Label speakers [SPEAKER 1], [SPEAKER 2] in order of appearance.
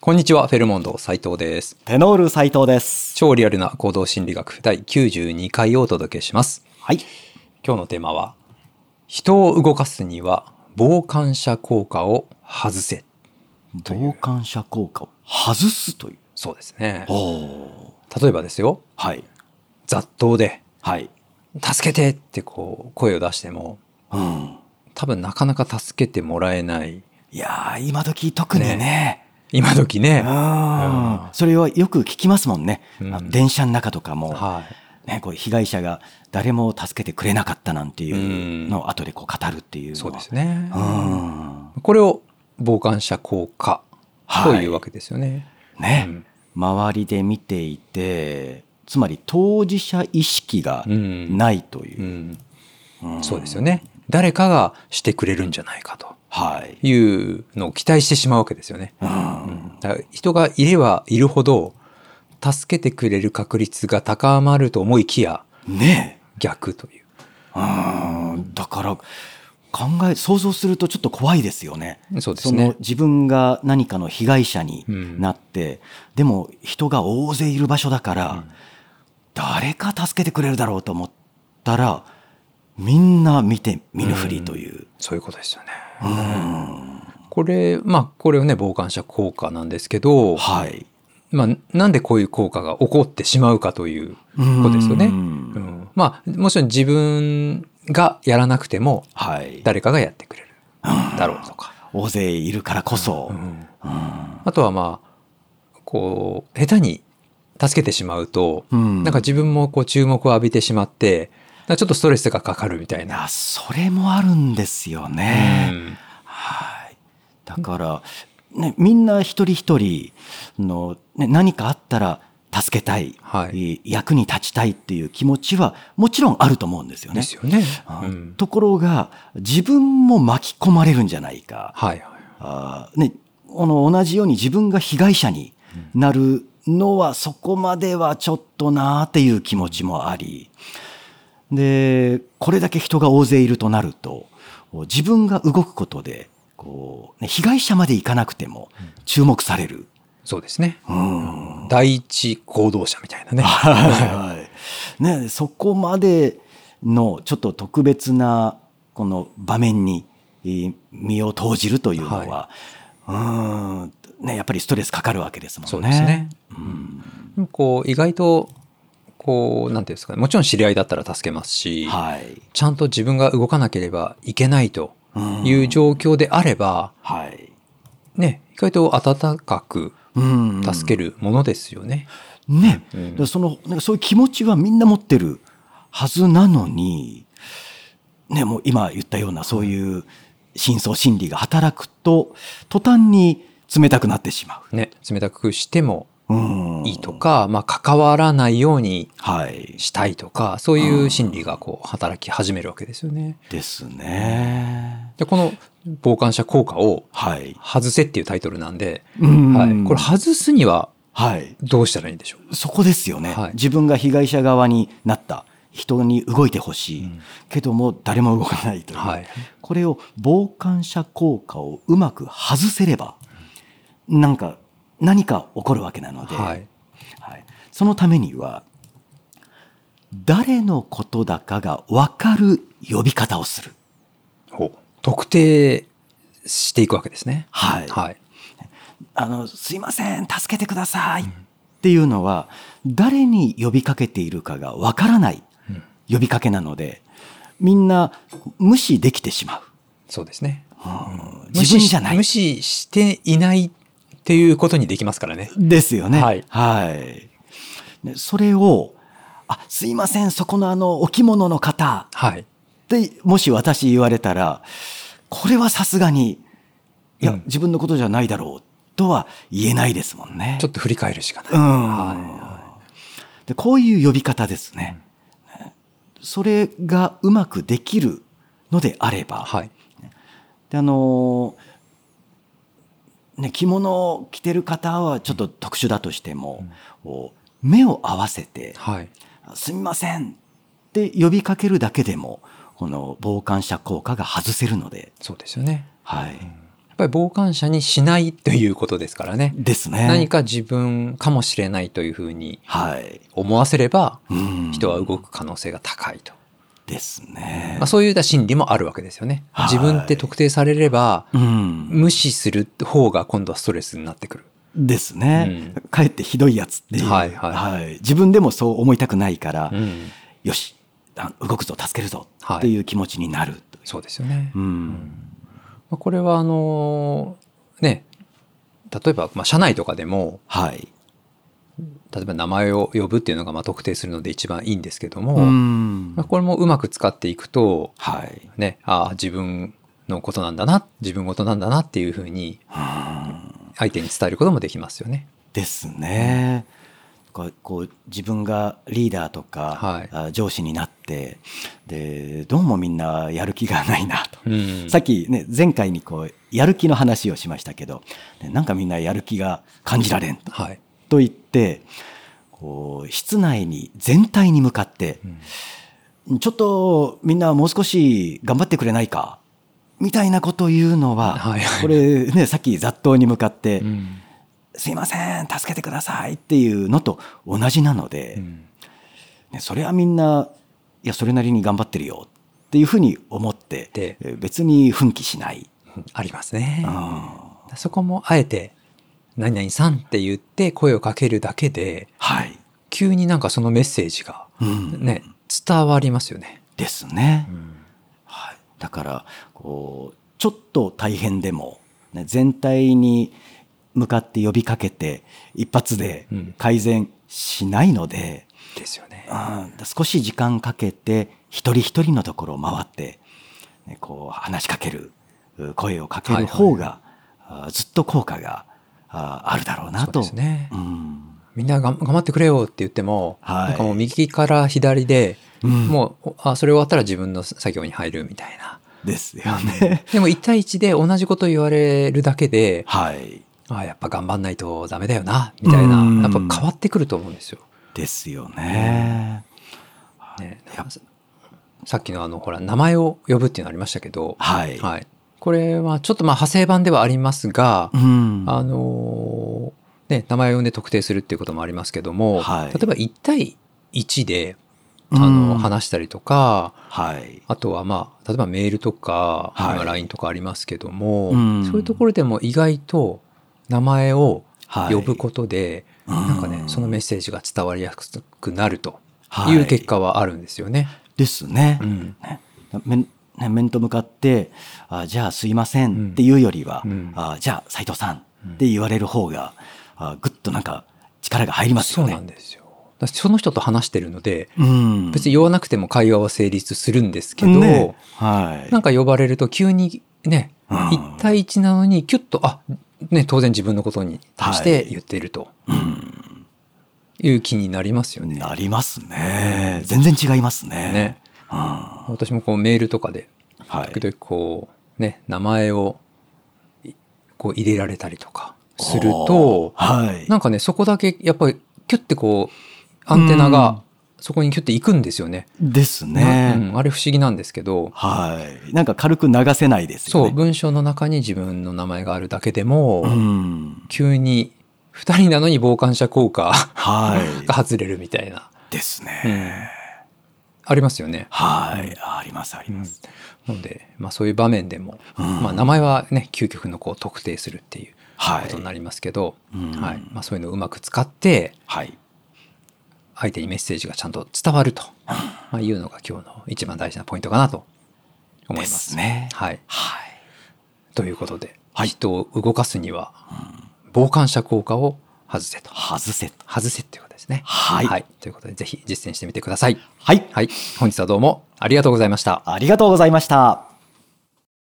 [SPEAKER 1] こんにちは、フェルモンド斉藤です。
[SPEAKER 2] テノール斉藤です。
[SPEAKER 1] 超リアルな行動心理学第92回をお届けします。
[SPEAKER 2] はい。
[SPEAKER 1] 今日のテーマは、人を動かすには傍観者効果を外せ。
[SPEAKER 2] 同感者効果を外すという。
[SPEAKER 1] そうですね
[SPEAKER 2] お。お。
[SPEAKER 1] 例えばですよ、
[SPEAKER 2] はい。
[SPEAKER 1] 雑踏で、
[SPEAKER 2] はい。
[SPEAKER 1] 助けてってこう声を出しても、
[SPEAKER 2] うん。
[SPEAKER 1] 多分なかなか助けてもらえない。
[SPEAKER 2] いやー、今時特にね。
[SPEAKER 1] 今時ね。
[SPEAKER 2] うん。それはよく聞きますもんね。
[SPEAKER 1] うん
[SPEAKER 2] あの電車の中とかも、
[SPEAKER 1] はい。
[SPEAKER 2] ね、こう被害者が誰も助けてくれなかったなんていうのを後でこう語るっていうのは
[SPEAKER 1] そうです。ね
[SPEAKER 2] う。ん。
[SPEAKER 1] これを傍観者効果というわけですよね。
[SPEAKER 2] ね、
[SPEAKER 1] うん
[SPEAKER 2] 周りで見ていて、つまり当事者意識が
[SPEAKER 1] うん
[SPEAKER 2] ないという
[SPEAKER 1] う。ん、
[SPEAKER 2] うん
[SPEAKER 1] そうですよね。誰かがしてくれるんじゃないかと
[SPEAKER 2] はい。
[SPEAKER 1] いうのを期待してしまうわけですよね。
[SPEAKER 2] うん。
[SPEAKER 1] だから人がいればいるほど助けてくれる確率が高まると思いきや
[SPEAKER 2] ね
[SPEAKER 1] 逆という。
[SPEAKER 2] え。うん。だから、考え、想像するとちょっと怖いですよね。
[SPEAKER 1] そうですね
[SPEAKER 2] の自分が何かの被害者に
[SPEAKER 1] うん
[SPEAKER 2] なって、でも人が大勢いる場所だから、
[SPEAKER 1] うん
[SPEAKER 2] 誰か助けてくれるだろうと思ったら、みんな見て見ぬふりという。
[SPEAKER 1] そういうことですよね。
[SPEAKER 2] うん。
[SPEAKER 1] これ、まあ、これをね、傍観者効果なんですけど、
[SPEAKER 2] はい。
[SPEAKER 1] まあ、なんでこういう効果が起こってしまうかということですよね。
[SPEAKER 2] うん
[SPEAKER 1] うんまあ、もちろん自分がやらなくても
[SPEAKER 2] はい。
[SPEAKER 1] 誰かがやってくれるだろうとか。
[SPEAKER 2] 大勢いるからこそ。
[SPEAKER 1] うん
[SPEAKER 2] うん。
[SPEAKER 1] あとはまあ、こう、下手に助けてしまうと、
[SPEAKER 2] うん
[SPEAKER 1] なんか自分もこう注目を浴びてしまって、なんかちょっとストレスがかかるみたい
[SPEAKER 2] い
[SPEAKER 1] な。
[SPEAKER 2] や、それもあるんですよね。
[SPEAKER 1] うん
[SPEAKER 2] はい。だから、ね、みんな一人一人の、ね、何かあったら助けたい,、
[SPEAKER 1] はい
[SPEAKER 2] 役に立ちたいっていう気持ちはもちろんあると思うんですよね。
[SPEAKER 1] ですよね。
[SPEAKER 2] あ
[SPEAKER 1] うん
[SPEAKER 2] ところが自分も巻き込まれるんじゃないか、
[SPEAKER 1] はいはい。
[SPEAKER 2] あーね、この同じように自分が被害者になるのはそこまではちょっとなーっていう気持ちもありでこれだけ人が大勢いるとなると自分が動くことでこう、ね、被害者までいかなくても注目される。
[SPEAKER 1] そうですね。
[SPEAKER 2] うん
[SPEAKER 1] 第一行動者みたいなね。
[SPEAKER 2] はいね、そこまでのちょっと特別なこの場面にえー身を投じるというのは、うーんね、やっぱりストレスかかるわけですもんね。
[SPEAKER 1] そうですね。でもこう、意外と、こう、なんていうんですかね。もちろん知り合いだったら助けますし、
[SPEAKER 2] はい。
[SPEAKER 1] ちゃんと自分が動かなければいけないと
[SPEAKER 2] うん
[SPEAKER 1] いう状況であれば、
[SPEAKER 2] はい。
[SPEAKER 1] ね、意外と温かく
[SPEAKER 2] うん
[SPEAKER 1] 助けるものですよね。
[SPEAKER 2] ね、
[SPEAKER 1] うん
[SPEAKER 2] でそのなんかそういう気持ちはみんな持ってるはずなのに、ね、もう今言ったようなそういう深層心理が働くと途端に冷たくなってしま
[SPEAKER 1] ね、冷たくしても
[SPEAKER 2] う。うん
[SPEAKER 1] いいとか、まあ、関わらないように
[SPEAKER 2] はい。
[SPEAKER 1] したいとか、そういう心理がこう働き始めるわけですよね。
[SPEAKER 2] ですね。
[SPEAKER 1] で、この傍観者効果を
[SPEAKER 2] はい。
[SPEAKER 1] 外せっていうタイトルなんで、
[SPEAKER 2] うん
[SPEAKER 1] はい、これ外すには
[SPEAKER 2] はい。
[SPEAKER 1] どうしたらいいんでしょう
[SPEAKER 2] そこですよね、
[SPEAKER 1] はい
[SPEAKER 2] 自分が被害者側になった。人に動いてほしい、けども誰も動かないという、
[SPEAKER 1] はい
[SPEAKER 2] これを傍観者効果をうまく外せれば、なんか何か起こるわけなので、
[SPEAKER 1] はい。
[SPEAKER 2] はいそのためには誰のことだかが分かる呼び方をする、
[SPEAKER 1] ほう特定していくわけですね。
[SPEAKER 2] はい
[SPEAKER 1] はい。
[SPEAKER 2] あの、すいません、助けてくださいっていうのは、誰に呼びかけているかがわからない呼びかけなので、みんな無視できてしまう。
[SPEAKER 1] そうですね。
[SPEAKER 2] うん自分じゃな
[SPEAKER 1] 無
[SPEAKER 2] い。
[SPEAKER 1] 視無視していないっていうことにできますからね。
[SPEAKER 2] ですよね。
[SPEAKER 1] はい
[SPEAKER 2] はいねそれを、あ、すいません、そこのあの、お着物の方
[SPEAKER 1] はい。
[SPEAKER 2] って、もし私言われたら、これはさすがに、いや、
[SPEAKER 1] うん
[SPEAKER 2] 自分のことじゃないだろうとは言えないですもんね。
[SPEAKER 1] ちょっと振り返るしかない。
[SPEAKER 2] うん
[SPEAKER 1] は
[SPEAKER 2] でこういう呼び方ですね。それがうまくできるのであれば、
[SPEAKER 1] はい。
[SPEAKER 2] であのーね、着物を着てる方はちょっと特殊だとしても、こう目を合わせて
[SPEAKER 1] はい。
[SPEAKER 2] 「すみません」って呼びかけるだけでもこの傍観者効果が外せるので、
[SPEAKER 1] そうですよね。
[SPEAKER 2] はい
[SPEAKER 1] ぱり傍観者にしないということですからね。
[SPEAKER 2] ですね。
[SPEAKER 1] 何か自分かもしれないというふうに
[SPEAKER 2] はい。
[SPEAKER 1] 思わせれば、
[SPEAKER 2] うん
[SPEAKER 1] 人は動く可能性が高いと。
[SPEAKER 2] ですね
[SPEAKER 1] まあ、。そういう心理もあるわけですよね。
[SPEAKER 2] はい
[SPEAKER 1] 自分って特定されれば、
[SPEAKER 2] うん。
[SPEAKER 1] 無視する方が今度はストレスになってくる。
[SPEAKER 2] ですね。かえってひどいやつっていう。
[SPEAKER 1] はいはい
[SPEAKER 2] 自分でもそう思いたくないから、
[SPEAKER 1] うん、
[SPEAKER 2] よし、あ動くぞ、助けるぞ
[SPEAKER 1] はい
[SPEAKER 2] っていう気持ちになるという。
[SPEAKER 1] そうですよね。
[SPEAKER 2] う
[SPEAKER 1] ま
[SPEAKER 2] ん。
[SPEAKER 1] あ、これはあのーね例えば、まあ、社内とかでも
[SPEAKER 2] はい。
[SPEAKER 1] 例えば名前を呼ぶっていうのがまあ特定するので一番いいんですけども、
[SPEAKER 2] うん
[SPEAKER 1] まあ、。これもうまく使っていくと、
[SPEAKER 2] はい。
[SPEAKER 1] ね、ああ自分のことなんだな自分事なんだなっていうふうに相手に伝えることもできますよね。
[SPEAKER 2] ですね。こうこう自分がリーダーとか、
[SPEAKER 1] はい
[SPEAKER 2] あ上司になってでどうもみんなやる気がないなと、
[SPEAKER 1] うん
[SPEAKER 2] さっき、ね、前回にこうやる気の話をしましたけどねなんかみんなやる気が感じられんと
[SPEAKER 1] はい
[SPEAKER 2] と言ってこう室内に全体に向かって
[SPEAKER 1] ん、
[SPEAKER 2] ちょっとみんなもう少し頑張ってくれないかみたいなことを言うのは、
[SPEAKER 1] はいはい
[SPEAKER 2] これ、ね、さっき雑踏に向かって、
[SPEAKER 1] うん
[SPEAKER 2] すいません助けてくださいっていうのと同じなので、
[SPEAKER 1] うん
[SPEAKER 2] ね、それはみんないやそれなりに頑張ってるよっていうふうに思って
[SPEAKER 1] で
[SPEAKER 2] え別に奮起しない、
[SPEAKER 1] ありますね。
[SPEAKER 2] あー
[SPEAKER 1] そこもあえて「何々さん」って言って声をかけるだけで
[SPEAKER 2] はい、
[SPEAKER 1] 急になんかそのメッセージが、
[SPEAKER 2] うん
[SPEAKER 1] ね、伝わりますよね。
[SPEAKER 2] ですね、はい、だからこうちょっと大変でも、ね、全体に向かって呼びかけて一発で
[SPEAKER 1] うん
[SPEAKER 2] 改善しないので、
[SPEAKER 1] ですよね。
[SPEAKER 2] あー少し時間かけて一人一人のところを回って、ね、こう話しかけるう声をかける方が、あーずっと効果があーあるだろうな
[SPEAKER 1] そう
[SPEAKER 2] と。
[SPEAKER 1] ですね
[SPEAKER 2] う。ん
[SPEAKER 1] みんながん頑張ってくれよって言っても、
[SPEAKER 2] はい
[SPEAKER 1] なんかもう右から左で、
[SPEAKER 2] うん
[SPEAKER 1] もうあそれ終わったら自分の作業に入るみたいな。
[SPEAKER 2] ですよね。
[SPEAKER 1] でも1対1で同じこと言われるだけで、
[SPEAKER 2] はい
[SPEAKER 1] あやっぱ頑張んないとダメだよな、みたいな
[SPEAKER 2] うん、
[SPEAKER 1] やっぱ変わってくると思うんですよ。
[SPEAKER 2] ですよね。
[SPEAKER 1] ね、さっきのあの、ほら、名前を呼ぶっていうのありましたけど、
[SPEAKER 2] はい。
[SPEAKER 1] はい。これはちょっとまあ派生版ではありますが
[SPEAKER 2] う、ん
[SPEAKER 1] あのーね、名前を呼んで特定するっていうこともありますけども、
[SPEAKER 2] はい
[SPEAKER 1] 例えば1対1で、
[SPEAKER 2] うん
[SPEAKER 1] あの、話したりとか、
[SPEAKER 2] はい。
[SPEAKER 1] あとはまあ、例えばメールとか、
[SPEAKER 2] はい
[SPEAKER 1] 今 LINE とかありますけども、
[SPEAKER 2] うん
[SPEAKER 1] そういうところでも意外と名前を
[SPEAKER 2] はい
[SPEAKER 1] 呼ぶことで、
[SPEAKER 2] うん
[SPEAKER 1] なんかね、そのメッセージが伝わりやすくなると
[SPEAKER 2] はい
[SPEAKER 1] いう結果はあるんですよね。
[SPEAKER 2] ですね。
[SPEAKER 1] うん
[SPEAKER 2] ね面ね面と向かってあ「じゃあすいません」っていうよりは「
[SPEAKER 1] うん
[SPEAKER 2] あじゃあ斉藤さん」って言われる方が、あぐっとなんか力が入ります
[SPEAKER 1] そ
[SPEAKER 2] よ
[SPEAKER 1] う
[SPEAKER 2] ね。
[SPEAKER 1] なんですよ。だからその人と話してるので、
[SPEAKER 2] うん
[SPEAKER 1] 別に言わなくても会話は成立するんですけど、
[SPEAKER 2] ねはい、
[SPEAKER 1] なんか呼ばれると急にね、
[SPEAKER 2] うん
[SPEAKER 1] 1対1なのにキュッと、あ、ね、当然自分のことに対して言っているという気になりますよね。
[SPEAKER 2] なりますね。全然違いますね。
[SPEAKER 1] ね
[SPEAKER 2] うんは
[SPEAKER 1] 私もこうメールとかで、時
[SPEAKER 2] い、
[SPEAKER 1] 々こう、ね、名前をいこう入れられたりとかすると、
[SPEAKER 2] はい、
[SPEAKER 1] なんかね、そこだけやっぱりキュッてこう、アンテナがそこにキュッて行くんですよね。
[SPEAKER 2] です
[SPEAKER 1] な
[SPEAKER 2] ね、
[SPEAKER 1] うんあれ不思議なんですけど、
[SPEAKER 2] はい。なんか軽く流せないですよ
[SPEAKER 1] そう、
[SPEAKER 2] ね。
[SPEAKER 1] 文章の中に自分の名前があるだけでも、
[SPEAKER 2] うん、
[SPEAKER 1] 急に2人なのに傍観者効果
[SPEAKER 2] は い
[SPEAKER 1] が。外れるみたいな、
[SPEAKER 2] ですね。
[SPEAKER 1] うんありますよね。
[SPEAKER 2] はい。あります、あります。
[SPEAKER 1] なので、まあ、そういう場面でも、
[SPEAKER 2] うん
[SPEAKER 1] まあ、名前はね究極のこう特定するっていう
[SPEAKER 2] はい
[SPEAKER 1] ことになりますけど、
[SPEAKER 2] うん
[SPEAKER 1] はいまあ、そういうのをうまく使って
[SPEAKER 2] はい。
[SPEAKER 1] 相手にメッセージがちゃんと伝わると、まあ、いうのが今日の一番大事なポイントかなと思いま
[SPEAKER 2] です
[SPEAKER 1] す。
[SPEAKER 2] ね
[SPEAKER 1] はい、
[SPEAKER 2] はい。
[SPEAKER 1] ということで、
[SPEAKER 2] はい
[SPEAKER 1] 人を動かすには傍観者効果を外せと。
[SPEAKER 2] 外せと。
[SPEAKER 1] 外せっていうことですね。
[SPEAKER 2] はい
[SPEAKER 1] ということで、ぜひ実践してみてください。
[SPEAKER 2] はい。
[SPEAKER 1] はい。本日はどうもありがとうございました。
[SPEAKER 2] ありがとうございました。